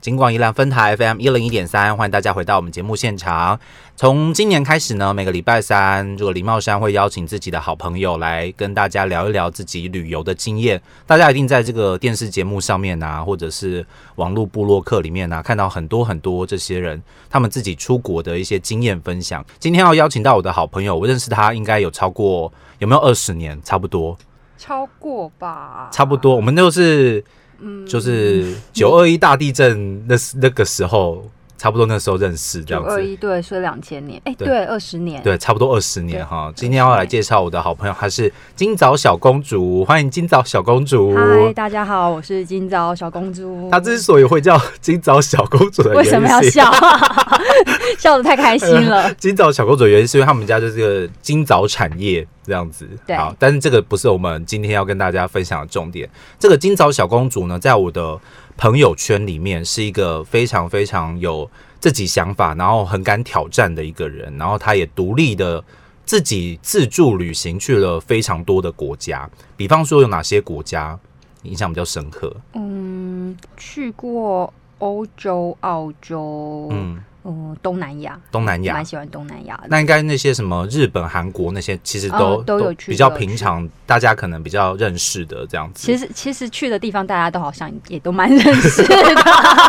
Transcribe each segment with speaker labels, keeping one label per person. Speaker 1: 金广宜兰分台 FM 一零一点三，欢迎大家回到我们节目现场。从今年开始呢，每个礼拜三，这个林茂山会邀请自己的好朋友来跟大家聊一聊自己旅游的经验。大家一定在这个电视节目上面啊，或者是网络部落客里面啊，看到很多很多这些人他们自己出国的一些经验分享。今天要邀请到我的好朋友，我认识他应该有超过有没有二十年，差不多，
Speaker 2: 超过吧，
Speaker 1: 差不多。我们都是。
Speaker 2: 嗯，
Speaker 1: 就是九二一大地震那时那个时候，差不多那时候认识这
Speaker 2: 九
Speaker 1: 样
Speaker 2: 二
Speaker 1: 子，
Speaker 2: 一对，所以两千年，哎、
Speaker 1: 对
Speaker 2: 对，二十年，
Speaker 1: 对，差不多二十年哈。今天
Speaker 2: 20
Speaker 1: 要
Speaker 2: 年
Speaker 1: 来介绍我的好朋友，她是今早小公主，欢迎今早小公主。
Speaker 2: 嗨，大家好，我是今早小公主。
Speaker 1: 她之所以会叫今早小公主的原因
Speaker 2: 为
Speaker 1: 是，
Speaker 2: 什么要 笑？笑得太开心了。
Speaker 1: 今早小公主的原因是因为他们家就是个今早产业这样子。
Speaker 2: 对
Speaker 1: 好，但是这个不是我们今天要跟大家分享的重点。这个今早小公主呢，在我的朋友圈里面是一个非常非常有自己想法，然后很敢挑战的一个人，然后她也独立的。自己自助旅行去了非常多的国家，比方说有哪些国家印象比较深刻？
Speaker 2: 嗯，去过欧洲、澳洲，嗯、
Speaker 1: 嗯，
Speaker 2: 东南亚，
Speaker 1: 东南亚
Speaker 2: 蛮喜欢东南亚的。
Speaker 1: 那应该那些什么日本、韩国那些，其实都、
Speaker 2: 哦都有去
Speaker 1: 比较
Speaker 2: 都有
Speaker 1: 平
Speaker 2: 去
Speaker 1: 常，大家可能比较认识的这样子。
Speaker 2: 其实其实去的地方大家都好像也都蛮认识 的，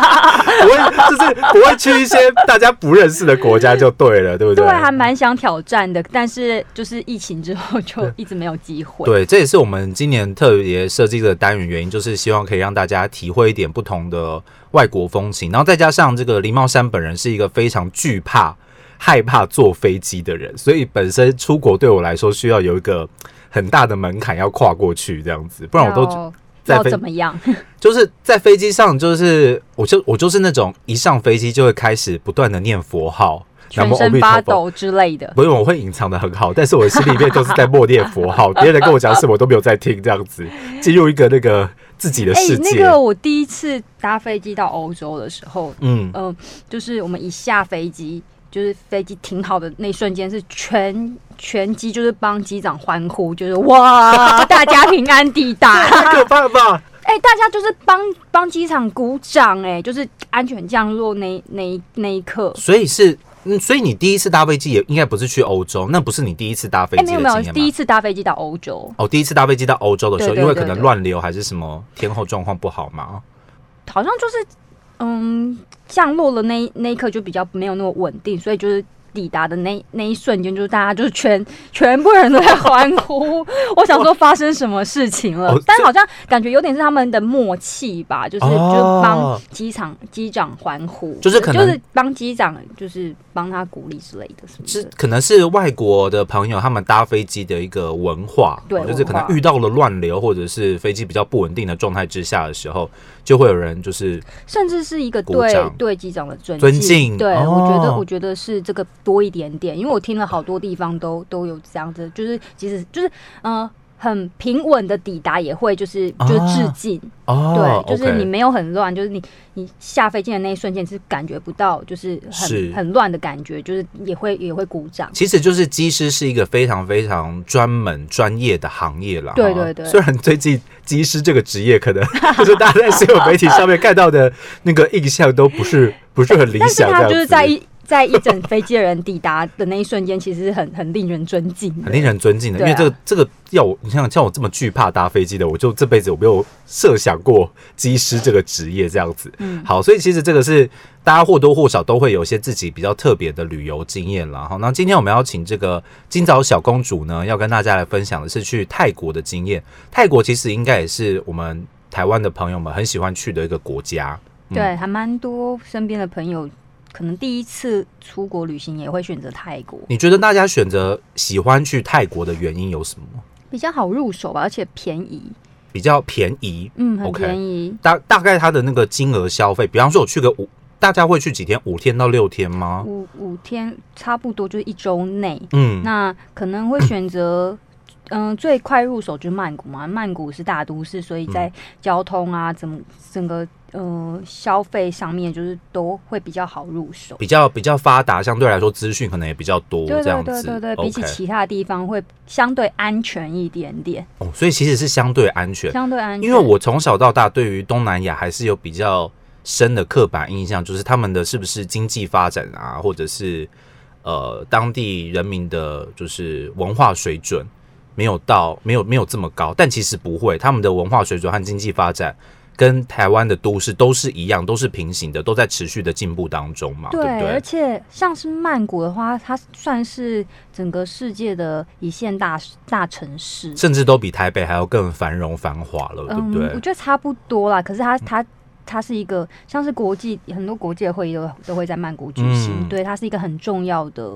Speaker 1: 不会，就是不会去一些大家不认识的国家就对了，对不对？
Speaker 2: 对，啊还蛮想挑战的。但是就是疫情之后就一直没有机会。
Speaker 1: 对，这也是我们今年特别设计的单元原因，就是希望可以让大家体会一点不同的外国风情，然后再加上这个林茂山本人是一个非常惧怕、害怕坐飞机的人，所以本身出国对我来说需要有一个很大的门槛要跨过去，这样子，不然我都
Speaker 2: 要
Speaker 1: 在
Speaker 2: 要
Speaker 1: 飞
Speaker 2: 怎么样？
Speaker 1: 就是在飞机上，就是我就我就是那种一上飞机就会开始不断的念佛号，南
Speaker 2: 全
Speaker 1: 无阿
Speaker 2: 身
Speaker 1: 弥
Speaker 2: 发
Speaker 1: 陀佛。
Speaker 2: 抖之类的。
Speaker 1: 不用，我会隐藏的很好，但是我的心里面都是在默念佛号，别人跟我讲什么我都没有在听，这样子进入一个那个自己的
Speaker 2: 哎、
Speaker 1: 世
Speaker 2: 那
Speaker 1: 界。
Speaker 2: 个我第一次搭飞机到欧洲的时候，
Speaker 1: 嗯，
Speaker 2: 嗯、就是我们一下飞机，就是飞机停好的那一瞬间，是全全机就是帮机长欢呼，就是哇， 大家平安抵达。
Speaker 1: 太可怕了吧！
Speaker 2: 哎、大家就是帮帮机场鼓掌、哎，就是安全降落那那一那一刻。
Speaker 1: 所以是，嗯，所以你第一次搭飞机也应该不是去欧洲，那不是你第一次搭飞
Speaker 2: 哎、
Speaker 1: 机
Speaker 2: 没
Speaker 1: 的
Speaker 2: 有
Speaker 1: 经
Speaker 2: 没有，
Speaker 1: 验吗？
Speaker 2: 第一次搭飞机到欧洲，
Speaker 1: 哦，第一次搭飞机到欧洲的时候，
Speaker 2: 对对
Speaker 1: 因为可
Speaker 2: 对
Speaker 1: 能
Speaker 2: 对
Speaker 1: 乱流还是什么天候状况不好嘛。
Speaker 2: 好像就是嗯，降落的那一那一刻就比较没有那么稳定，所以就是。抵达的那那一瞬间，就是大家就是全全部人都在欢呼，我想说发生什么事情了，
Speaker 1: 哦
Speaker 2: 但好像感觉有点是他们的默契吧，就是、
Speaker 1: 哦
Speaker 2: 就帮机场机长欢呼，
Speaker 1: 就是可能
Speaker 2: 就是帮机长就是帮他鼓励之类的什
Speaker 1: 是
Speaker 2: 么的，
Speaker 1: 可能是外国的朋友他们搭飞机的一个文化，
Speaker 2: 对
Speaker 1: 哦就是可
Speaker 2: 文
Speaker 1: 能
Speaker 2: 化
Speaker 1: 遇到了乱流或者是飞机比较不稳定的状态之下的时候，就会有人就是
Speaker 2: 甚至是一个
Speaker 1: 鼓
Speaker 2: 对
Speaker 1: 掌
Speaker 2: 对机长的尊
Speaker 1: 尊敬
Speaker 2: 对、
Speaker 1: 哦
Speaker 2: 我觉得我觉得是这个多一点点，因为我听了好多地方都都有这样子，就是即使就是呃很平稳的抵达，也会就是
Speaker 1: 啊
Speaker 2: 就是致敬，
Speaker 1: 哦，
Speaker 2: 对，就是你
Speaker 1: OK
Speaker 2: 没有很乱，就是你你下飞机的那一瞬间是感觉不到就是很
Speaker 1: 是
Speaker 2: 很乱的感觉，就是也会也会鼓掌。
Speaker 1: 其实就是机师是一个非常非常专门专业的行业啦。
Speaker 2: 对
Speaker 1: 哈
Speaker 2: 对对
Speaker 1: 虽然最近机师这个职业 可能就是大家在新闻媒体上面看到的那个印象都不是不是很理
Speaker 2: 但是
Speaker 1: 想，
Speaker 2: 他就
Speaker 1: 这样
Speaker 2: 是
Speaker 1: 子
Speaker 2: 在一 在一整飞机的人抵达的那一瞬间，其实是很很令人尊敬的，
Speaker 1: 很令人尊敬的，因
Speaker 2: 对啊
Speaker 1: 为这个这个要我，你想像我这么惧怕搭飞机的，我就这辈子我没有设想过机师这个职业这样子。
Speaker 2: 嗯
Speaker 1: 好，所以其实这个是大家或多或少都会有一些自己比较特别的旅游经验啦。好，那今天我们要请这个今早小公主呢，要跟大家来分享的是去泰国的经验。泰国其实应该也是我们台湾的朋友们很喜欢去的一个国家。嗯
Speaker 2: 对，还蛮多身边的朋友，可能第一次出国旅行也会选择泰国，
Speaker 1: 你觉得大家选择喜欢去泰国的原因有什么？
Speaker 2: 比较好入手吧，而且便宜，
Speaker 1: 比较便宜，
Speaker 2: 嗯，很
Speaker 1: OK
Speaker 2: 便宜。
Speaker 1: 大大概它的那个金额消费，比方说我去个五，大家会去几天？五天到六天吗？
Speaker 2: 五五天差不多就是一周内，
Speaker 1: 嗯，
Speaker 2: 那可能会选择，嗯、最快入手就是曼谷嘛。曼谷是大都市，所以
Speaker 1: 嗯
Speaker 2: 在交通啊，怎么整个呃消费上面，就是都会比较好入手。
Speaker 1: 比较比较发达，相对来说资讯可能也比较多，
Speaker 2: 对
Speaker 1: 这
Speaker 2: 对
Speaker 1: 样
Speaker 2: 对
Speaker 1: 子。
Speaker 2: 对对，比起
Speaker 1: OK，
Speaker 2: 其他地方会相对安全一点点，
Speaker 1: 哦，所以其实是相对安全，
Speaker 2: 相对安全。
Speaker 1: 因为我从小到大对于东南亚还是有比较深的刻板印象，就是他们的是不是经济发展啊，或者是呃当地人民的就是文化水准没有到没有没有这么高，但其实不会，他们的文化水准和经济发展。跟台湾的都市都是一样，都是平行的，都在持续的进步当中嘛，对不
Speaker 2: 而
Speaker 1: 对？
Speaker 2: 且像是曼谷的话，它算是整个世界的一线大大城市，
Speaker 1: 甚至都比台北还要更繁荣繁华了，对
Speaker 2: 嗯
Speaker 1: 不，对？嗯
Speaker 2: 我觉得差不多啦。可是它它它是一个像是国际很多国际的会议都都会在曼谷举行，
Speaker 1: 嗯
Speaker 2: 对，它是一个很重要的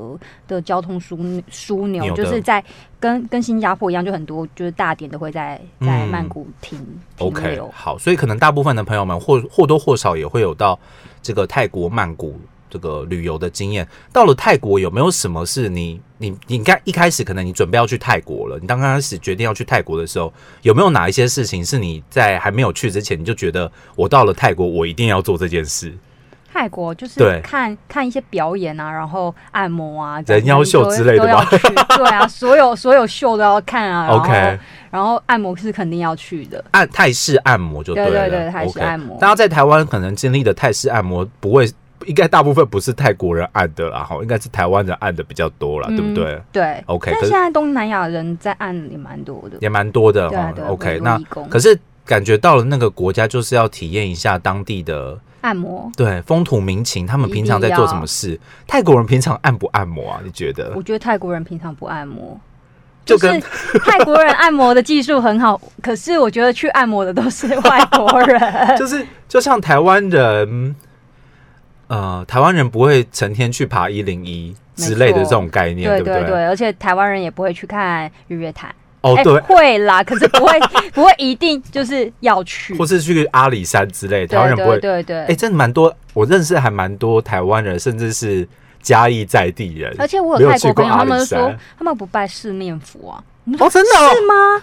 Speaker 2: 的交通枢枢
Speaker 1: 纽
Speaker 2: 纽，
Speaker 1: 的
Speaker 2: 就是在跟跟新加坡一样，就很多就是大典都会在在
Speaker 1: 嗯
Speaker 2: 曼谷停、停
Speaker 1: OK，
Speaker 2: 留。
Speaker 1: 好，所以可能大部分的朋友们或或多或少也会有到这个泰国曼谷这个旅游的经验。到了泰国，有没有什么是你你你应该一开始可能你准备要去泰国了，你刚开始决定要去泰国的时候，有没有哪一些事情是你在还没有去之前你就觉得我到了泰国我一定要做这件事？
Speaker 2: 泰国就
Speaker 1: 对
Speaker 2: 是看看一些表演啊，然后按摩啊，
Speaker 1: 人妖秀之类的吧
Speaker 2: 都要去对 啊，所有所有秀都要看啊。然后
Speaker 1: OK
Speaker 2: 然后按摩是肯定要去的。
Speaker 1: 按泰式按摩就了。
Speaker 2: 对对对泰式
Speaker 1: OK
Speaker 2: 按摩
Speaker 1: 大家在台湾可能经历的泰式按摩不会，应该大部分不是泰国人按的啦，哈，应该是台湾人按的比较多啦，啊对不
Speaker 2: 嗯
Speaker 1: 对？
Speaker 2: 对
Speaker 1: OK，可
Speaker 2: 但
Speaker 1: 是
Speaker 2: 现在东南亚人在按也蛮多的。
Speaker 1: 也蛮多的
Speaker 2: 对啊
Speaker 1: 哈
Speaker 2: 对啊
Speaker 1: OK，
Speaker 2: 很多
Speaker 1: 那
Speaker 2: 义工
Speaker 1: 可是感觉到了那个国家，就是要体验一下当地的
Speaker 2: 按摩，
Speaker 1: 对风土民情，他们
Speaker 2: 一
Speaker 1: 平
Speaker 2: 定
Speaker 1: 常在做什
Speaker 2: 要
Speaker 1: 么事。泰国人平常按不按摩啊？你 觉得
Speaker 2: 我觉得泰国人平常不按摩。
Speaker 1: 就
Speaker 2: 就是
Speaker 1: 跟
Speaker 2: 泰国人按摩的技术很好，可是我觉得去按摩的都是外国人。
Speaker 1: 就是就像台湾人，呃，台湾人不会成天去爬一零一之类的
Speaker 2: 没
Speaker 1: 这
Speaker 2: 错
Speaker 1: 种概念，
Speaker 2: 对
Speaker 1: 不
Speaker 2: 对对，而且台湾人也不会去看日月潭。
Speaker 1: 哦，
Speaker 2: 哎
Speaker 1: 对，
Speaker 2: 会啦， 可是不会不会一定就是要去。
Speaker 1: 或是去阿里山之类，台湾
Speaker 2: 对
Speaker 1: 人不会。
Speaker 2: 对对对，
Speaker 1: 哎、真的蛮多，我认识还蛮多台湾人，甚至是嘉义在地人。
Speaker 2: 而且我
Speaker 1: 没
Speaker 2: 有
Speaker 1: 有
Speaker 2: 泰
Speaker 1: 去
Speaker 2: 国
Speaker 1: 过
Speaker 2: 朋友，
Speaker 1: 阿
Speaker 2: 他
Speaker 1: 里
Speaker 2: 们都说
Speaker 1: 山。
Speaker 2: 他们不拜四面佛啊，
Speaker 1: 哦，真的、哦、
Speaker 2: 是吗？啊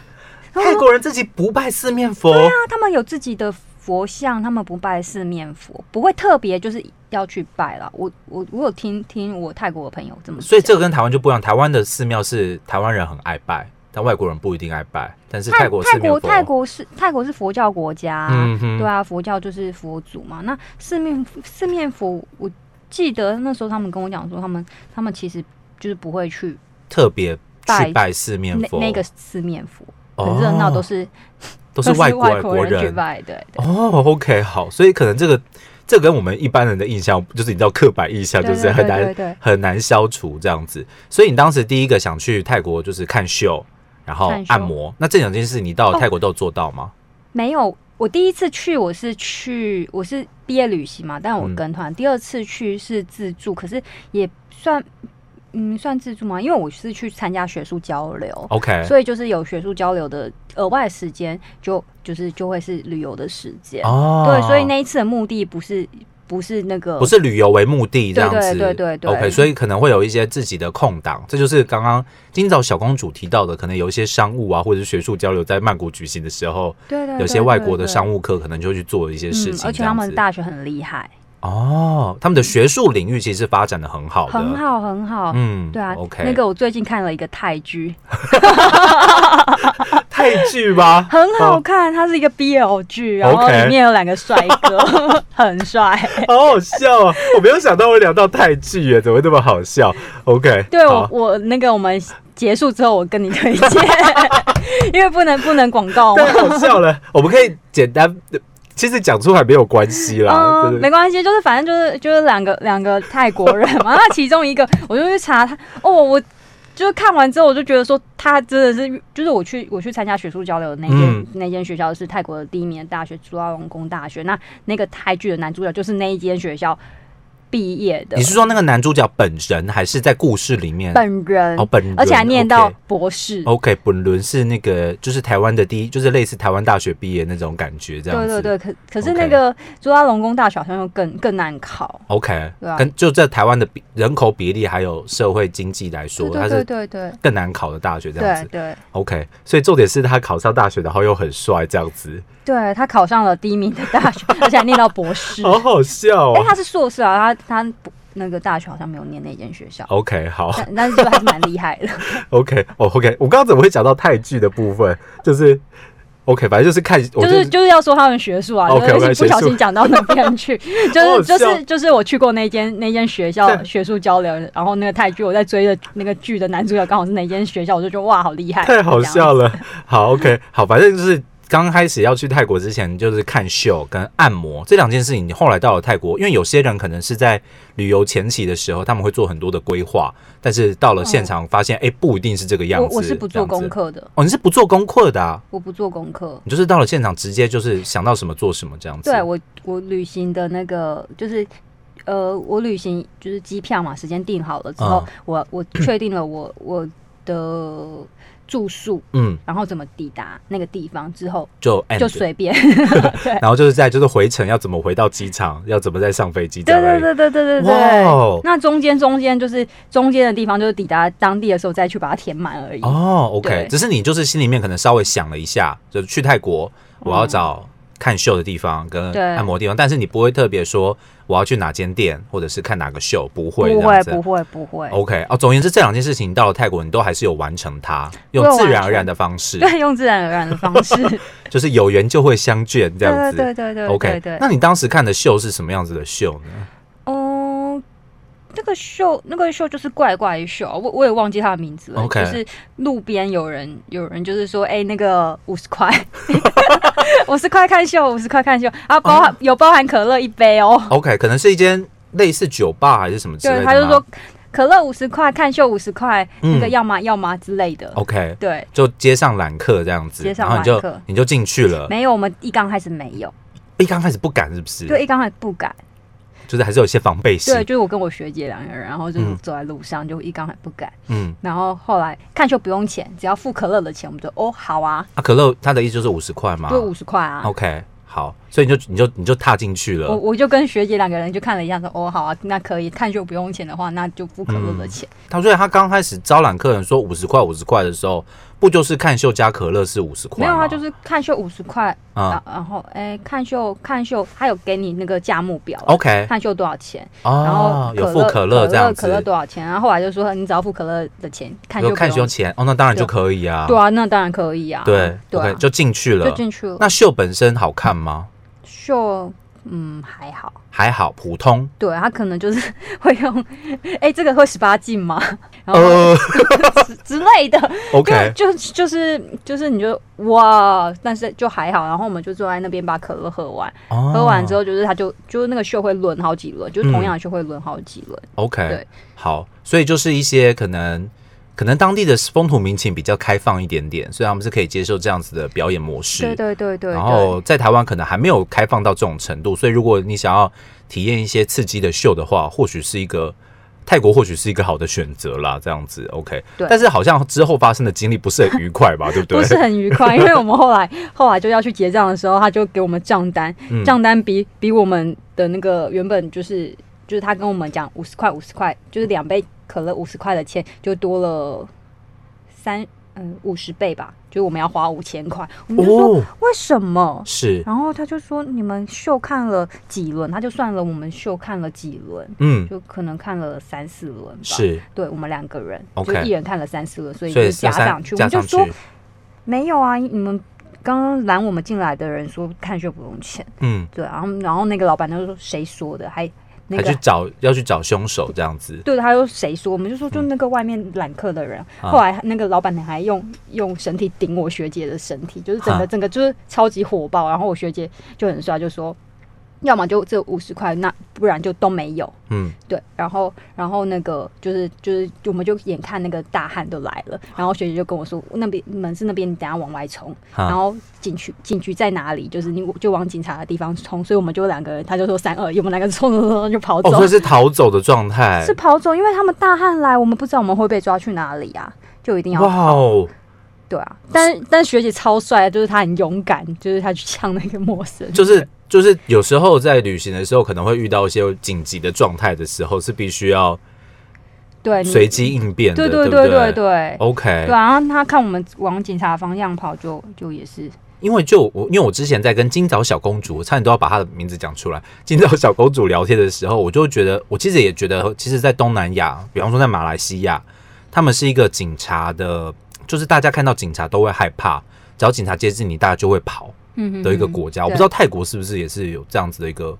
Speaker 2: 然后
Speaker 1: 泰
Speaker 2: 说
Speaker 1: 国人自己不拜四面佛，
Speaker 2: 那他们有自己的佛像，他们不拜四面佛，不会特别就是要去拜啦。我我我有听听我泰国的朋友这么说，
Speaker 1: 所以这个跟台湾就不一样。台湾的寺庙是台湾人很爱拜，但外国人不一定爱拜。但是泰
Speaker 2: 泰
Speaker 1: 国寺
Speaker 2: 泰
Speaker 1: 庙
Speaker 2: 国
Speaker 1: 佛，
Speaker 2: 泰国是泰国是佛教国家、
Speaker 1: 嗯哼
Speaker 2: 对啊，佛教就是佛祖嘛。那四面四面佛，我记得那时候他们跟我讲说，他们他们其实就是不会去
Speaker 1: 特别去
Speaker 2: 拜
Speaker 1: 拜四面
Speaker 2: 那
Speaker 1: 佛，
Speaker 2: 那个四面佛，
Speaker 1: 哦
Speaker 2: 很热闹，都是
Speaker 1: 都是外
Speaker 2: 外
Speaker 1: 国
Speaker 2: 国人去
Speaker 1: 人。
Speaker 2: 拜，对对。
Speaker 1: 哦，OK，好，所以可能这个这跟我们一般人的印象，就是你知道刻板印象，
Speaker 2: 对
Speaker 1: 啊就是很难
Speaker 2: 对对对对
Speaker 1: 很难消除这样子。所以你当时第一个想去泰国就是看秀，然后
Speaker 2: 看秀
Speaker 1: 按摩。那这两件事你到了泰国都有做到吗？
Speaker 2: 没有，我第一次去我是去我是毕业旅行嘛，但
Speaker 1: 嗯
Speaker 2: 我跟团。第二次去是自助，可是也算嗯算自助吗？因为我是去参加学术交流。
Speaker 1: 哦 OK，
Speaker 2: 所以就是有学术交流的额外时间，就就是就会是旅游的时间。
Speaker 1: 哦，
Speaker 2: 对，所以那一次的目的不是不是那个
Speaker 1: 不是旅游为目的这样子，
Speaker 2: 对对对对对
Speaker 1: OK，所以可能会有一些自己的空档，这就是刚刚今早小公主提到的，可能有一些商务啊，或者是学术交流在曼谷举行的时候，
Speaker 2: 对对对
Speaker 1: 有些外国的
Speaker 2: 对对
Speaker 1: 商务客可能就去做一些事
Speaker 2: 嗯，
Speaker 1: 情，
Speaker 2: 而
Speaker 1: 这
Speaker 2: 且他
Speaker 1: 样
Speaker 2: 们
Speaker 1: 子。
Speaker 2: 大学很厉害，
Speaker 1: 哦，他们的学术领域其实发展的很好的，
Speaker 2: 很好很好。
Speaker 1: 嗯，
Speaker 2: 对啊
Speaker 1: ，OK，
Speaker 2: 那个我最近看了一个泰剧，
Speaker 1: 啊泰剧吧，
Speaker 2: 很好看，它是一个 BL 剧，然后
Speaker 1: OK
Speaker 2: 里面有两个帅 哥，很帅。
Speaker 1: 好好笑啊！我没有想到会聊到泰剧耶，怎么会这么好笑？OK，
Speaker 2: 对我
Speaker 1: 好，
Speaker 2: 我那个我们结束之后，我跟你推荐， 因为不能不能广告嘛。
Speaker 1: 太好笑了。我们可以简单，其实讲出来没有关系啦，
Speaker 2: 嗯，
Speaker 1: 对啊
Speaker 2: 没关系，就是反正就是就是两个两个泰国人嘛， 那其中一个我就去查他，哦，我就是看完之后我就觉得说他真的是，就是我去我去参加学术交流的那间、
Speaker 1: 嗯
Speaker 2: 那间学校是泰国的第一名的大学朱拉隆功大学，那那个泰剧的男主角就是那一间学校毕业的
Speaker 1: 你是说那个男主角本人，还是在故事里面？
Speaker 2: 本人，
Speaker 1: 哦，本人，
Speaker 2: 而且还念到
Speaker 1: OK 哦
Speaker 2: 博士。
Speaker 1: OK，本轮是那个，就是台湾的第一，就是类似台湾大学毕业那种感觉，这样
Speaker 2: 对
Speaker 1: 子。
Speaker 2: 对对，可可是
Speaker 1: OK
Speaker 2: 那个朱拉隆功大学好像又更更难考，
Speaker 1: OK，
Speaker 2: 对啊
Speaker 1: 跟就在台湾的比人口比例还有社会经济来说，
Speaker 2: 对对
Speaker 1: 它
Speaker 2: 对
Speaker 1: 是
Speaker 2: 对对
Speaker 1: 更难考的大学这样
Speaker 2: 对
Speaker 1: 子。
Speaker 2: 对
Speaker 1: OK，所以重点是他考上大学，然后又很帅这样子，
Speaker 2: 对，他考上了第一名的 大学，而且还念到博士。
Speaker 1: 好好笑
Speaker 2: 哎、
Speaker 1: 哦。
Speaker 2: 他是硕士啊，他他不那个大学好像没有念那间学校，
Speaker 1: OK，好
Speaker 2: 但但是就 还是蛮厉害的。
Speaker 1: ，OK，哦，OK，我刚刚怎么会讲到泰剧的部分？就是 OK，反正就是看，我
Speaker 2: 就是就是要说他们学术啊，
Speaker 1: OK，
Speaker 2: 就
Speaker 1: OK，
Speaker 2: 是不小心讲到那边 去，就是就
Speaker 1: 好好笑
Speaker 2: 是就是我去过那间那间学校
Speaker 1: 对
Speaker 2: 学术交流，然后那个泰剧我在追的那个剧的男主角刚好是那间学校，我就觉得哇好厉害，
Speaker 1: 太好
Speaker 2: 这样
Speaker 1: 笑了。 好，OK，好，反正就是刚开始要去泰国之前，就是看秀跟按摩这两件事情。你后来到了泰国，因为有些人可能是在旅游前期的时候，他们会做很多的规划，但是到了现场发现，哎、不一定是这个样子。
Speaker 2: 我我是不
Speaker 1: 这样
Speaker 2: 做
Speaker 1: 子
Speaker 2: 功课的，
Speaker 1: 哦，你是不做功课的、啊，
Speaker 2: 我不做功课。
Speaker 1: 你就是到了现场直接就是想到什么做什么这样子。
Speaker 2: 对我我旅行的那个就是。呃，我旅行就是机票嘛，时间定好了之后，
Speaker 1: 嗯
Speaker 2: 我我确定了我我的住宿，
Speaker 1: 嗯，
Speaker 2: 然后怎么抵达那个地方之后，
Speaker 1: 就 end
Speaker 2: 就 随便。
Speaker 1: 然后就是在就是回程要怎么回到机场，要怎么再上飞机，这
Speaker 2: 对
Speaker 1: 样而
Speaker 2: 对
Speaker 1: 已
Speaker 2: 对对对对
Speaker 1: 哇
Speaker 2: 对
Speaker 1: 哦。
Speaker 2: 那中间中间就是中间的地方，就是抵达当地的时候再去把它填满而已。
Speaker 1: 哦，OK，
Speaker 2: 嗯对
Speaker 1: 只是你就是心里面可能稍微想了一下，就是去泰国我要找看秀的地方跟
Speaker 2: 嗯对
Speaker 1: 按摩地方，但是你不会特别说我要去哪间店或者是看哪个秀，不会
Speaker 2: 不
Speaker 1: 这样
Speaker 2: 会
Speaker 1: 子。
Speaker 2: 不会不会，
Speaker 1: OK，哦，总而言之，这两件事情到了泰国，你都还是有完成它，用
Speaker 2: 我有
Speaker 1: 自然
Speaker 2: 完
Speaker 1: 而
Speaker 2: 成
Speaker 1: 然的方式，
Speaker 2: 对，用自然而然的方式。
Speaker 1: 就是有缘就会相见 这
Speaker 2: 对
Speaker 1: 样
Speaker 2: 对
Speaker 1: 子。
Speaker 2: 对对对
Speaker 1: OK，
Speaker 2: 对对。
Speaker 1: 那你当时看的秀是什么样子的秀呢？
Speaker 2: 哦，那个秀，那个秀就是怪怪秀，我我也忘记他的名字了。
Speaker 1: OK
Speaker 2: 就是路边有人，有人就是说，哎、那个五 十块，五十块看秀，五十块看秀，啊，包
Speaker 1: 哦
Speaker 2: 含、有包含可乐一杯哦。
Speaker 1: OK，可能是一间类似酒吧还是什么之类
Speaker 2: 对，
Speaker 1: 的
Speaker 2: 他就
Speaker 1: 吗
Speaker 2: 说可乐五十块，看秀五十块，那个
Speaker 1: 嗯哦
Speaker 2: 要吗要吗之类的。
Speaker 1: OK，
Speaker 2: 对，
Speaker 1: 就街上揽客这样子，
Speaker 2: 街上
Speaker 1: 然后你就
Speaker 2: 揽客
Speaker 1: 你就进去了。
Speaker 2: 没有，我们一刚开始没有，
Speaker 1: 一刚开始不敢是不是？
Speaker 2: 对，，一刚开始不敢。
Speaker 1: 就是还是有一些防备心
Speaker 2: 对，。就是我跟我学姐两个人，然后就是
Speaker 1: 嗯
Speaker 2: 走在路上，就一刚开始不敢。
Speaker 1: 嗯，
Speaker 2: 然后后来看秀不用钱，只要付可乐的钱，我们就哦好啊，
Speaker 1: 啊，可乐它的意思就是五十块嘛。
Speaker 2: 就五十块啊。
Speaker 1: OK，好，所以你就你就你就踏进去
Speaker 2: 我
Speaker 1: 了。
Speaker 2: 我就跟学姐两个人就看了一下，说哦好啊，那可以看秀不用钱的话，那就付可乐的钱。
Speaker 1: 他所以他刚开始招揽客人说五十块五十块的时候，不就是看秀加可乐是五十块
Speaker 2: 没
Speaker 1: 吗？
Speaker 2: 有啊，就是看秀五十块，
Speaker 1: 啊
Speaker 2: 然然后哎、看秀看秀，他有给你那个价目表啊。
Speaker 1: ，OK，
Speaker 2: 看秀多少钱，然
Speaker 1: 哦
Speaker 2: 后，
Speaker 1: 哎有
Speaker 2: 可
Speaker 1: 付
Speaker 2: 乐
Speaker 1: 可
Speaker 2: 乐
Speaker 1: 乐这样
Speaker 2: 可乐
Speaker 1: 子，
Speaker 2: 多少钱？然后后来就说你只要付可乐的钱，看秀
Speaker 1: 有
Speaker 2: 不
Speaker 1: 看
Speaker 2: 用
Speaker 1: 秀
Speaker 2: 钱。
Speaker 1: 钱哦，那当然就可以啊。
Speaker 2: 对啊，那当然可以啊。
Speaker 1: 对
Speaker 2: 对啊
Speaker 1: OK，就进去
Speaker 2: 就
Speaker 1: 了。
Speaker 2: 进去了。
Speaker 1: 那秀本身好看吗？
Speaker 2: 秀嗯还好，
Speaker 1: 还好，普通。
Speaker 2: 对他可能就是 会用，哎、这个会十八禁吗？ 然后、
Speaker 1: 呃
Speaker 2: 之之类的，
Speaker 1: ，OK，
Speaker 2: 哦就就就是就是你就哇，但是就还好。然后我们就坐在那边把可乐喝完，喝
Speaker 1: 喝
Speaker 2: 完之
Speaker 1: 后
Speaker 2: 后就是他就就是那个秀会轮好几
Speaker 1: 嗯
Speaker 2: 轮，就是同样的秀会轮好几轮。
Speaker 1: ，OK，
Speaker 2: 对
Speaker 1: 好，所以就是一些可能可能当地的风土民情比较开放一点点，所以他们是可以接受这样子的表演模式。
Speaker 2: 对对对对
Speaker 1: 然
Speaker 2: 对。
Speaker 1: 后在台湾可能还没有开放到这种程度，所以如果你想要体验一些刺激的秀的话，或许是一个泰国，或许是一个好的选择啦。这样子，OK。
Speaker 2: 对
Speaker 1: 但是好像之后发生的经历不是很愉快 吧？对不对？
Speaker 2: 不是很愉快，因为我们后来后来就要去结账的时候，他就给我们账单，
Speaker 1: 嗯
Speaker 2: 账单比比我们的那个原本就是就是他跟我们讲五十块五十块，就是两杯可乐五十块的钱就多了三嗯五十倍吧，就是我们要花五千块。我们就说、
Speaker 1: 哦，
Speaker 2: 为什么？
Speaker 1: 是，
Speaker 2: 然后他就说你们秀看了几轮，他就算了我们秀看了几轮，
Speaker 1: 嗯，
Speaker 2: 就可能看了三四轮吧。，
Speaker 1: 是，
Speaker 2: 对我们两个人
Speaker 1: OK
Speaker 2: 就一人看了三四轮，所以
Speaker 1: 所
Speaker 2: 就
Speaker 1: 以
Speaker 2: 加
Speaker 1: 三
Speaker 2: 上去，我
Speaker 1: 加
Speaker 2: 们就
Speaker 1: 上
Speaker 2: 说
Speaker 1: 去，
Speaker 2: 没有啊，你们刚刚拦我们进来的人说看秀不用钱。
Speaker 1: 嗯，
Speaker 2: 对，然后然后那个老板就说谁说的，还那
Speaker 1: 还去
Speaker 2: 个
Speaker 1: 找要去找凶手这样子。
Speaker 2: 对，他说谁说，我们就说就那个外面揽客的人。
Speaker 1: 嗯啊
Speaker 2: 后来那个老板娘还用用身体顶我学姐的身体，就是整个
Speaker 1: 啊
Speaker 2: 整个就是超级火爆。然后我学姐就很帅，就说。要么就这五十块，那不然就都没有。
Speaker 1: 嗯，
Speaker 2: 对，然后，然后那个就是就是，我们就眼看那个大汉就来了，
Speaker 1: 啊
Speaker 2: 然后学姐就跟我说，那边门是那边，你等下往外冲。然
Speaker 1: 好，
Speaker 2: 后警局警局在哪里？就是你就往警察的地方冲，所以我们就两个人，他就说三二一，我们两个冲冲冲冲就跑
Speaker 1: 哦，
Speaker 2: 走，
Speaker 1: 所以是逃走的状态
Speaker 2: 是。跑走，因为他们大汉来，我们不知道我们会被抓去哪里啊，就一定要
Speaker 1: 哇哦，
Speaker 2: 对啊。但但学姐超帅，就是她很勇敢，就是她去呛那个陌生人，
Speaker 1: 就是就是有时候在旅行的时候，可能会遇到一些紧急的状态的时候，是必须要
Speaker 2: 对你
Speaker 1: 随机应变的，
Speaker 2: 对对
Speaker 1: 不
Speaker 2: 对对
Speaker 1: 对
Speaker 2: 对。
Speaker 1: OK，
Speaker 2: 对啊，然后他看我们往警察方向跑就，就也是
Speaker 1: 因为就我，因为我之前在跟金早小公主，我差点都要把她的名字讲出来。 金早小公主聊天的时候，我就会觉得，我其实也觉得，其实，在东南亚，比方说在马来西亚，他们是一个警察的，就是大家看到警察都会害怕，只要警察接近你，大家就会跑
Speaker 2: 嗯哼
Speaker 1: 的一个国家。我不知道泰国是不是也是有这样子的一个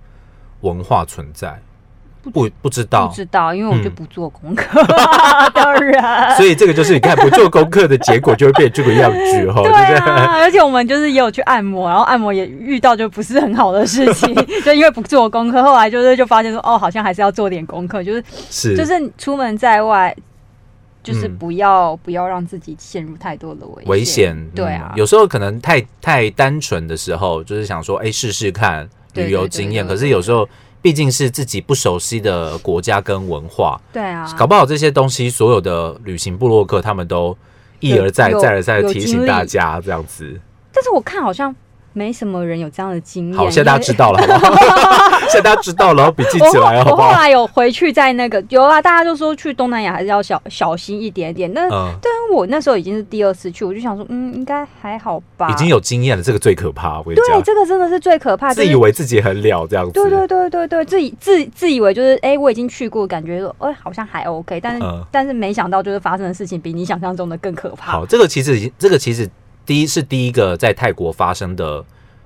Speaker 1: 文化存在，不不知道
Speaker 2: 不。知道，因为我就
Speaker 1: 嗯
Speaker 2: 不做功课， 当然。
Speaker 1: 所以这个就是你看不做功课的结果就会变这个样 子哈，对
Speaker 2: 对
Speaker 1: 不对？
Speaker 2: 啊，而且我们就是也有去按摩，然后按摩也遇到就不是很好的事情， 就因为不做功课，后来就是就发现说，哦，好像还是要做点功课，就是
Speaker 1: 是，
Speaker 2: 就是你出门在外，就是
Speaker 1: 嗯
Speaker 2: 不要、不要让自己陷入太多的危
Speaker 1: 危险。
Speaker 2: 对
Speaker 1: 嗯
Speaker 2: 啊，
Speaker 1: 有时候可能太太单纯的时候，就是想说，哎，试试看
Speaker 2: 对
Speaker 1: 旅游
Speaker 2: 对对
Speaker 1: 经验。可
Speaker 2: 对对
Speaker 1: 是有时候毕竟是自己不熟悉的国家跟文化，
Speaker 2: 对啊，
Speaker 1: 搞不好这些东西所有的旅行部落客他们都一
Speaker 2: 有
Speaker 1: 而再、
Speaker 2: 有
Speaker 1: 再而三的
Speaker 2: 有
Speaker 1: 提
Speaker 2: 经
Speaker 1: 醒大
Speaker 2: 历
Speaker 1: 家这样子。
Speaker 2: 但是我看好像没什么人有这样的经验。
Speaker 1: 好，现在大家
Speaker 2: 因为
Speaker 1: 知道了，好不好？ 现在大家知道了，笔记
Speaker 2: 我
Speaker 1: 起
Speaker 2: 后
Speaker 1: 来，好
Speaker 2: 我
Speaker 1: 不
Speaker 2: 后
Speaker 1: 好？
Speaker 2: 来有回去在那个有啊，大家就说去东南亚还是要小小心一点点。但是
Speaker 1: 嗯，
Speaker 2: 但我那时候已经是第二次去，我就想说，嗯，应该还好吧。
Speaker 1: 已经有经验了，这个最可怕。我跟你
Speaker 2: 啊对，啊
Speaker 1: 讲，
Speaker 2: 这个真的是最可怕，就
Speaker 1: 自
Speaker 2: 是
Speaker 1: 以为自己很了这样子。
Speaker 2: 对对对对对，自以自自以为就是哎、我已经去过，感觉说哎、好像还 OK，但是、
Speaker 1: 嗯
Speaker 2: 但是没想到就是发生的事情比你想象中的更可怕。
Speaker 1: 好，这个其实已经，这个其实第一是第一个在泰国发生的，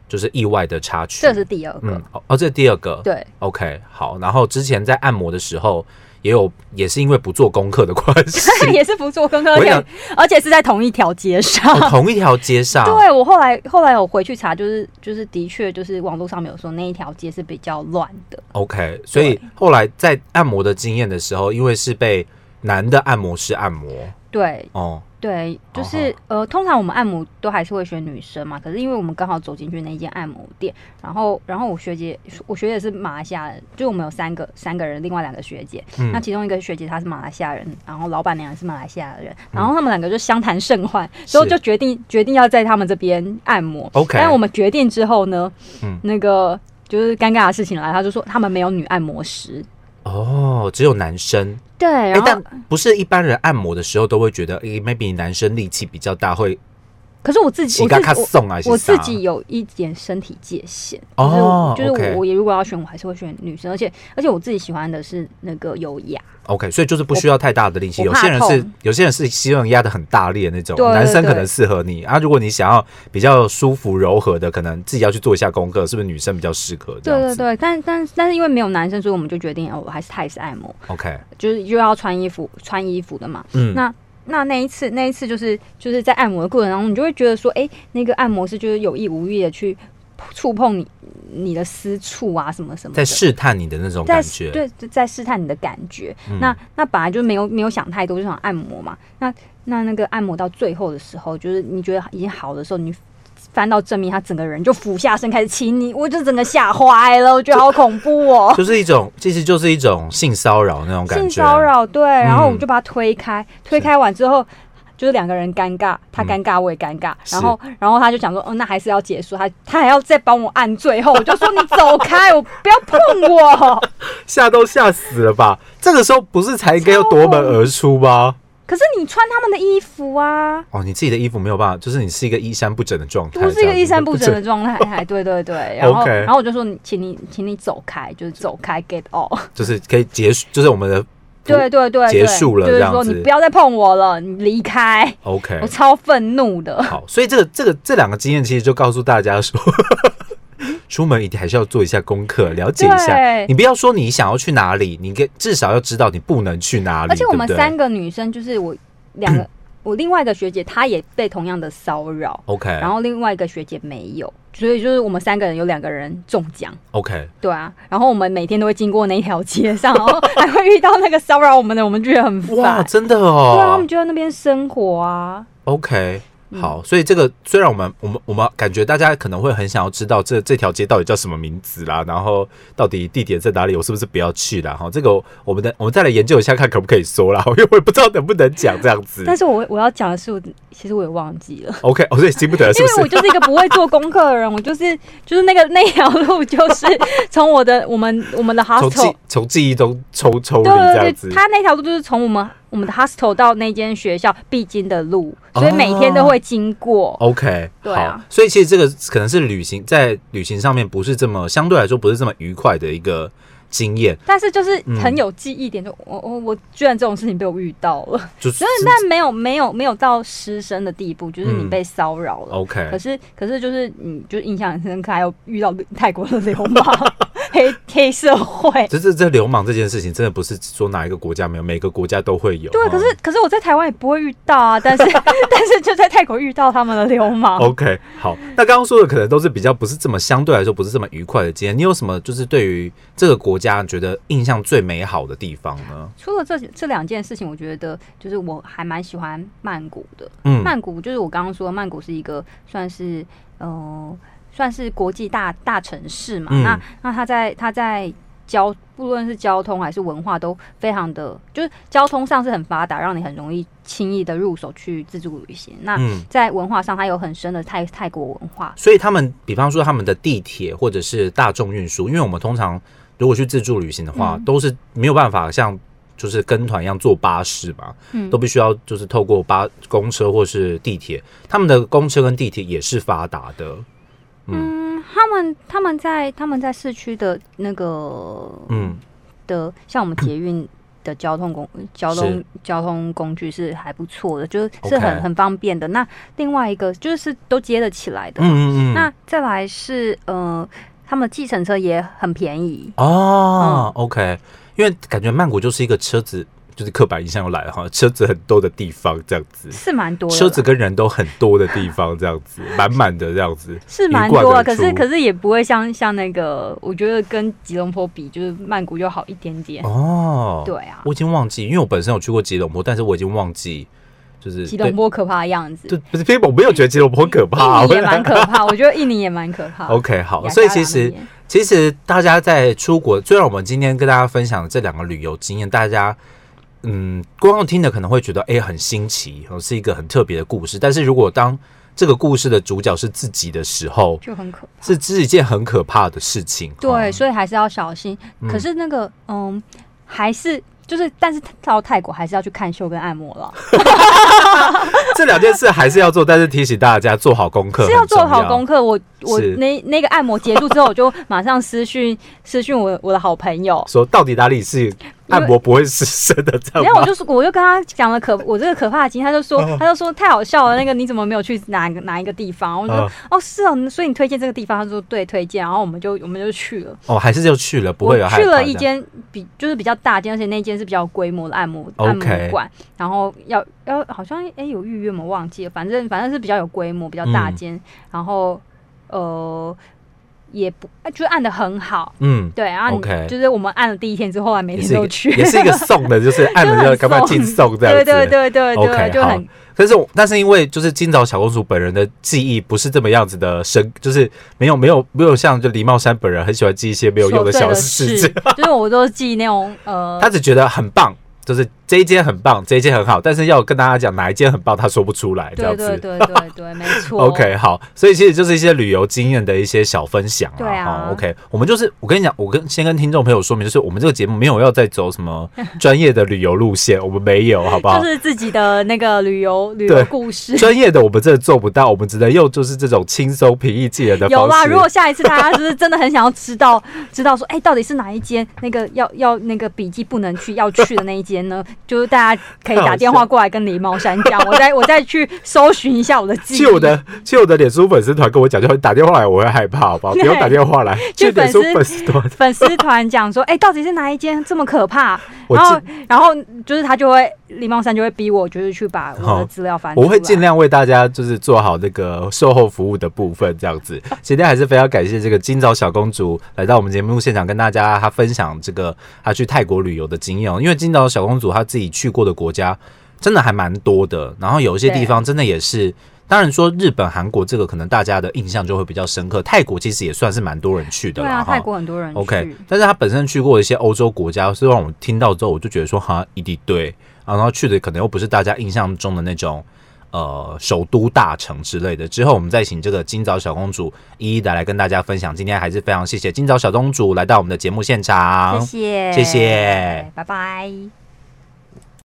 Speaker 1: 就是意外的插曲。
Speaker 2: 这是第二个，
Speaker 1: 嗯，哦，哦这是第二个。
Speaker 2: 对
Speaker 1: OK，好。然后之前在按摩的时候，也有也是因为不做功课的关 系，
Speaker 2: 也是不做功课，
Speaker 1: 我
Speaker 2: 而
Speaker 1: 跟你
Speaker 2: 且而且是在同一条街上。
Speaker 1: 哦同一条街上。
Speaker 2: 对我后来后来我回去查，就是就是的确就是网络上面有说那一条街是比较乱的，
Speaker 1: OK，所以后来在按摩的经验的时候，因为是被男的按摩师按摩，
Speaker 2: 对
Speaker 1: 哦，
Speaker 2: 对，就是、呃，通常我们按摩都还是会选女生嘛，可是因为我们刚好走进去那间按摩店，然后然后我学姐我学姐是马来西亚人，就我们有三个三个人，另外两个学姐，
Speaker 1: 嗯
Speaker 2: 那其中一个学姐她是马来西亚人，然后老板娘也是马来西亚人，然后他们两个就相谈甚欢，之后
Speaker 1: 嗯是
Speaker 2: 就决定决定要在他们这边按摩。
Speaker 1: OK
Speaker 2: 但我们决定之后呢，
Speaker 1: 嗯
Speaker 2: 那个就是尴尬的事情来，他就说他们没有女按摩师。
Speaker 1: 哦，只有男生。
Speaker 2: 对，啊
Speaker 1: 哎、
Speaker 2: 然后、
Speaker 1: 但不是一般人按摩的时候都会觉得，诶、m a y b e 男生力气比较大，会
Speaker 2: 可是我自己
Speaker 1: 膝
Speaker 2: 我
Speaker 1: 盖
Speaker 2: 自
Speaker 1: 卡
Speaker 2: 己
Speaker 1: 送啊，还是
Speaker 2: 我我自
Speaker 1: 啥
Speaker 2: 己有一点身体界限，
Speaker 1: 哦
Speaker 2: 就是我就是
Speaker 1: OK
Speaker 2: 我我也如果要选，我还是会选女生，而且而且我自己喜欢的是那个有牙，
Speaker 1: OK，所以就是不需要太大的力气。
Speaker 2: 我
Speaker 1: 有
Speaker 2: 怕
Speaker 1: 些人是
Speaker 2: 痛
Speaker 1: 有些人是希望压的很大力的那种，
Speaker 2: 对对
Speaker 1: 男生可
Speaker 2: 对
Speaker 1: 能适合你啊。如果你想要比较舒服柔和的，可能自己要去做一下功课，是不是女生比较适合这
Speaker 2: 对
Speaker 1: 样
Speaker 2: 对
Speaker 1: 子
Speaker 2: 对，但但但是因为没有男生，所以我们就决定哦，我还是泰式按摩，
Speaker 1: o k
Speaker 2: 就是又要穿衣服穿衣服的嘛，
Speaker 1: 嗯，
Speaker 2: 那那那一次，那一次就是就是在按摩的过程当中，你就会觉得说，哎、那个按摩师就是有意无意的去触碰你你的私处啊，什么什么
Speaker 1: 在
Speaker 2: 的，
Speaker 1: 试探你的那种
Speaker 2: 在
Speaker 1: 感觉，
Speaker 2: 对，在试探你的感觉。
Speaker 1: 嗯
Speaker 2: 那那本来就没有没有想太多，就想按摩嘛。那那那个按摩到最后的时候，就是你觉得已经好的时候，你。翻到正面，他整个人就俯下身开始亲你，我就整个吓坏了，我觉得好恐怖哦。
Speaker 1: 就是一种，其实就是一种性骚扰那种感觉。
Speaker 2: 性骚扰，对，然后我
Speaker 1: 嗯
Speaker 2: 就把他推开，推开完之后。就是两个人尴尬，他
Speaker 1: 嗯
Speaker 2: 尴尬，我也尴尬，
Speaker 1: 是
Speaker 2: 然后，然后他就想说，嗯，那还是要结束，他他还要再帮我按最后，我就说你走开，我不要碰我。
Speaker 1: 吓都吓死了吧？这个时候不是才应该要夺门而出 吗？
Speaker 2: 可是你穿他们的衣服啊，
Speaker 1: 哦，你自己的衣服没有办法，就是你是一个衣衫不整的状态，
Speaker 2: 我是一
Speaker 1: 这
Speaker 2: 个
Speaker 1: 样
Speaker 2: 衣衫不整
Speaker 1: 就
Speaker 2: 的状态， 还对对对，然后，
Speaker 1: OK
Speaker 2: 然后我就说，你请你，请你走开，就是走开，get off。
Speaker 1: 就是可以结束，就是我们的
Speaker 2: 对对对，
Speaker 1: 嗯结
Speaker 2: 对
Speaker 1: 束了
Speaker 2: 就
Speaker 1: 这
Speaker 2: 是
Speaker 1: 样
Speaker 2: 说你
Speaker 1: 子
Speaker 2: 不要再碰我了，你离开，
Speaker 1: OK
Speaker 2: 我。超愤怒的。
Speaker 1: 好，所以这个这个这两个经验其实就告诉大家说， 出门一定还是要做一下功课，了解一下。
Speaker 2: 对
Speaker 1: 你不要说你想要去哪里，你给至少要知道你不能去哪里。
Speaker 2: 而且我们
Speaker 1: 对不对
Speaker 2: 三个女生，就是我 两个，我另外一个学姐她也被同样的骚扰，
Speaker 1: OK，
Speaker 2: 然后另外一个学姐没有，所以就是我们三个人有两个人中奖，
Speaker 1: OK，
Speaker 2: 对啊。然后我们每天都会经过那一条街上，然后还会遇到那个骚扰我们的，我们觉得很
Speaker 1: 哇，
Speaker 2: 烦。
Speaker 1: 真的
Speaker 2: 对啊，我嗯们
Speaker 1: 哦。
Speaker 2: 就在那边生活啊。
Speaker 1: OK，好，所以这个虽然我们我们我们感觉大家可能会很想要知道这这条街到底叫什么名字啦，然后到底地点在哪里，我是不是不要去啦？哈，这个我们的我们再来研究一下，看可不可以说啦，因 为我也不知道能不能讲这样子。
Speaker 2: 但是我我要讲的是，我其实我也忘记了，
Speaker 1: OK，哦，所以记不得了是
Speaker 2: 因
Speaker 1: 不
Speaker 2: 为
Speaker 1: 是
Speaker 2: 我？就是一个不会做功课的人，我就是 就是那个那条路就是从我的我们我们的
Speaker 1: 从
Speaker 2: hostel
Speaker 1: 记从记忆中抽抽离
Speaker 2: 啊对
Speaker 1: 这
Speaker 2: 对
Speaker 1: 样
Speaker 2: 对，
Speaker 1: 子。
Speaker 2: 他那条路就是从我们我们的 hostel 到那间学校必经的路，
Speaker 1: 哦嗯
Speaker 2: 所以每天都会经过。
Speaker 1: OK，
Speaker 2: 对啊
Speaker 1: 好，所以其实这个可能是旅行在旅行上面不是这么相对来说不是这么愉快的一个经验，
Speaker 2: 但是就是
Speaker 1: 嗯
Speaker 2: 很有记忆点，就我我我居然这种事情被我遇到了，
Speaker 1: 就是
Speaker 2: 但没有没有没有到失身的地步，就是你
Speaker 1: 嗯
Speaker 2: 被骚扰了。可
Speaker 1: OK，
Speaker 2: 是可是就是你就印象很深刻，还有遇到泰国的流氓 黑黑社会。
Speaker 1: 这这这流氓这件事情真的不是说哪一个国家没有，每个国家都会有。
Speaker 2: 对，
Speaker 1: 哦
Speaker 2: 可是可是我在台湾也不会遇到啊，但是但是就在泰国遇到他们的流氓。
Speaker 1: OK，好，那刚刚说的可能都是比较不是这么相对来说不是这么愉快的经验。你有什么就是对于这个国家觉得印象最美好的地方呢？
Speaker 2: 除了这这两件事情，我觉得就是我还蛮喜欢曼谷的。
Speaker 1: 嗯，
Speaker 2: 曼谷就是我刚刚说，曼谷是一个算是呃算是国际大大城市嘛，
Speaker 1: 嗯
Speaker 2: 那那它在它在交不论是交通还是文化都非常的，就是交通上是很发达，让你很容易轻易的入手去自助旅行。那
Speaker 1: 嗯，
Speaker 2: 在文化上，它有很深的泰泰国文化，
Speaker 1: 所以他们，比方说他们的地铁或者是大众运输，因为我们通常如果去自助旅行的话，
Speaker 2: 嗯
Speaker 1: 都是没有办法像就是跟团一样坐巴士嘛，
Speaker 2: 嗯
Speaker 1: 都必须要就是透过巴公车或是地铁，他们的公车跟地铁也是发达的，
Speaker 2: 嗯，他们他们在他们在市区的那个
Speaker 1: 嗯，
Speaker 2: 的，像我们捷运的交通工交通交通工具是还不错的，就是是
Speaker 1: OK
Speaker 2: 很很方便的。那另外一个就是都接得起来的。
Speaker 1: 嗯嗯嗯，
Speaker 2: 啊那再来是呃，他们计程车也很便宜。嗯
Speaker 1: 哦、o k 因为感觉曼谷就是一个车子，就是刻板印象又来了哈，车子很多的地方这样子。
Speaker 2: 是蛮多的啦，
Speaker 1: 车子跟人都很多的地方，这样子满满的这样子，
Speaker 2: 是蛮
Speaker 1: 鱼
Speaker 2: 多
Speaker 1: 贯
Speaker 2: 啊，
Speaker 1: 而
Speaker 2: 可是
Speaker 1: 出
Speaker 2: 可是也不会像像那个，我觉得跟吉隆坡比，就是曼谷又好一点点。
Speaker 1: 哦，
Speaker 2: 对啊，
Speaker 1: 我已经忘记，因为我本身有去过吉隆坡，但是我已经忘记，就是
Speaker 2: 吉隆坡可怕的样子，
Speaker 1: 对，对不是，因为我没有觉得吉隆坡很可怕。
Speaker 2: 印尼
Speaker 1: 我
Speaker 2: 也蛮可怕，我觉得印尼也蛮可怕。
Speaker 1: OK，好，
Speaker 2: 雅
Speaker 1: 所以
Speaker 2: 加
Speaker 1: 其
Speaker 2: 达那
Speaker 1: 实
Speaker 2: 边
Speaker 1: 其实大家在出国，虽然我们今天跟大家分享的这两个旅游经验，大家嗯，光用听的可能会觉得哎、很新奇，哦是一个很特别的故事，但是如果当这个故事的主角是自己的时候，
Speaker 2: 就很可怕。
Speaker 1: 是这是一件很可怕的事情。
Speaker 2: 对，
Speaker 1: 哦
Speaker 2: 所以还是要小心。可是那个，嗯，还是就是，但是到泰国还是要去看秀跟按 摩了，
Speaker 1: 这两件事还是要做，但是提醒大家做好功课，
Speaker 2: 是要做好功。课。我我
Speaker 1: 是
Speaker 2: 那那个按摩结束之后，我就马上私讯 私讯我我的好朋友。
Speaker 1: 说到底哪里是按摩不会失身的这样吗？
Speaker 2: 然后我就是，我就跟他讲了可我这个可怕的经历，他就说，
Speaker 1: 嗯
Speaker 2: 他就说太好笑了，那个你怎么没有去哪个哪一个地方？我就说
Speaker 1: 嗯
Speaker 2: 哦是哦，所以你推荐这个地方，他说对推荐，然后我们就我们就去了。
Speaker 1: 哦，还是就去了，不
Speaker 2: 我
Speaker 1: 会有害怕
Speaker 2: 去
Speaker 1: 的。
Speaker 2: 了一间比就是比较大间，而且那间是比较有规模的按摩
Speaker 1: OK
Speaker 2: 按摩馆，然后要要好像哎、有预约吗？忘记了，反正反正是比较有规模、比较大间，然后呃也不哎就是按的很好，
Speaker 1: 嗯，
Speaker 2: 对，然后你
Speaker 1: OK
Speaker 2: 就是我们按了第一天之后，还每
Speaker 1: 也
Speaker 2: 天
Speaker 1: 是一
Speaker 2: 都
Speaker 1: 个
Speaker 2: 去，
Speaker 1: 也是一个送的，就是按了 就赶快进送这样
Speaker 2: 对
Speaker 1: 子。
Speaker 2: 对对对对
Speaker 1: OK，
Speaker 2: 就很
Speaker 1: 但是我但是因为就是今早小公主本人的记忆不是这么样子的深，就是没有没有没有像就狸茂山本人很喜欢记一些没有用的
Speaker 2: 琐碎
Speaker 1: 小
Speaker 2: 的
Speaker 1: 事
Speaker 2: 事
Speaker 1: 情，，
Speaker 2: 就是我都记那种呃
Speaker 1: 她只觉得很棒。就是这一间很棒，这一间很好，但是要跟大家讲哪一间很棒，她说不出来这样
Speaker 2: 对
Speaker 1: 子。
Speaker 2: 对 对对对，没错
Speaker 1: OK，好，所以其实就是一些旅游经验的一些小分享啦
Speaker 2: 对啊
Speaker 1: 哈 OK，我们就是我跟你讲，我跟先跟听众朋友说明，就是我们这个节目没有要再走什 么专业的旅游路线，我们没有，好不好
Speaker 2: 就？是 自己的那个旅游旅
Speaker 1: 对
Speaker 2: 游故事。
Speaker 1: 专业的我们真的做不到，我们只能用就是这种轻松平易近人的
Speaker 2: 有
Speaker 1: 方
Speaker 2: 啦，
Speaker 1: 式。
Speaker 2: 如果下一次大家就是真的很想要知道，知道说，哎、到底是哪一间那个要要那个笔记不能去要去的那一间呢？就是大家可以打电话过来跟李茂山讲，我再我再去搜寻一下我的记忆。
Speaker 1: 去我的去我的脸书粉丝团跟我讲，就会打电话来，我会害怕，好不好？不
Speaker 2: 对
Speaker 1: 用打电话来，
Speaker 2: 去
Speaker 1: 去脸书粉
Speaker 2: 粉
Speaker 1: 丝团。
Speaker 2: 粉丝团讲说，哎、到底是哪一间这么可怕？
Speaker 1: 我
Speaker 2: 然后
Speaker 1: 尽
Speaker 2: 然后就是他就会李茂山就会逼我，就是去把我
Speaker 1: 好
Speaker 2: 的资料翻出来。
Speaker 1: 我会尽量为大家就是做好那个售后服务的部分，这样子。 今天还是非常感谢这个今早小公主来到我们节目现场，跟大家她分享这个她去泰国旅游的经验哦。因为今早小公主她自己去过的国家真的还蛮多的，然后有一些地方真的也是。当然说日本、韩国这个可能大家的印象就会比较深刻，泰国其实也算是蛮多人去的
Speaker 2: 对
Speaker 1: 啦。
Speaker 2: 啊，
Speaker 1: 哈
Speaker 2: 泰国很多人去。
Speaker 1: OK，但是他本身去过一些欧洲国家，是让我听到之后，我就觉得说哈，一地对啊，然后去的可能又不是大家印象中的那种呃首都大城之类的。之后我们再请这个今早小公主一一的来跟大家分享。今天还是非常谢谢今早小公主来到我们的节目现场，
Speaker 2: 谢谢，
Speaker 1: 谢谢，
Speaker 2: 拜拜。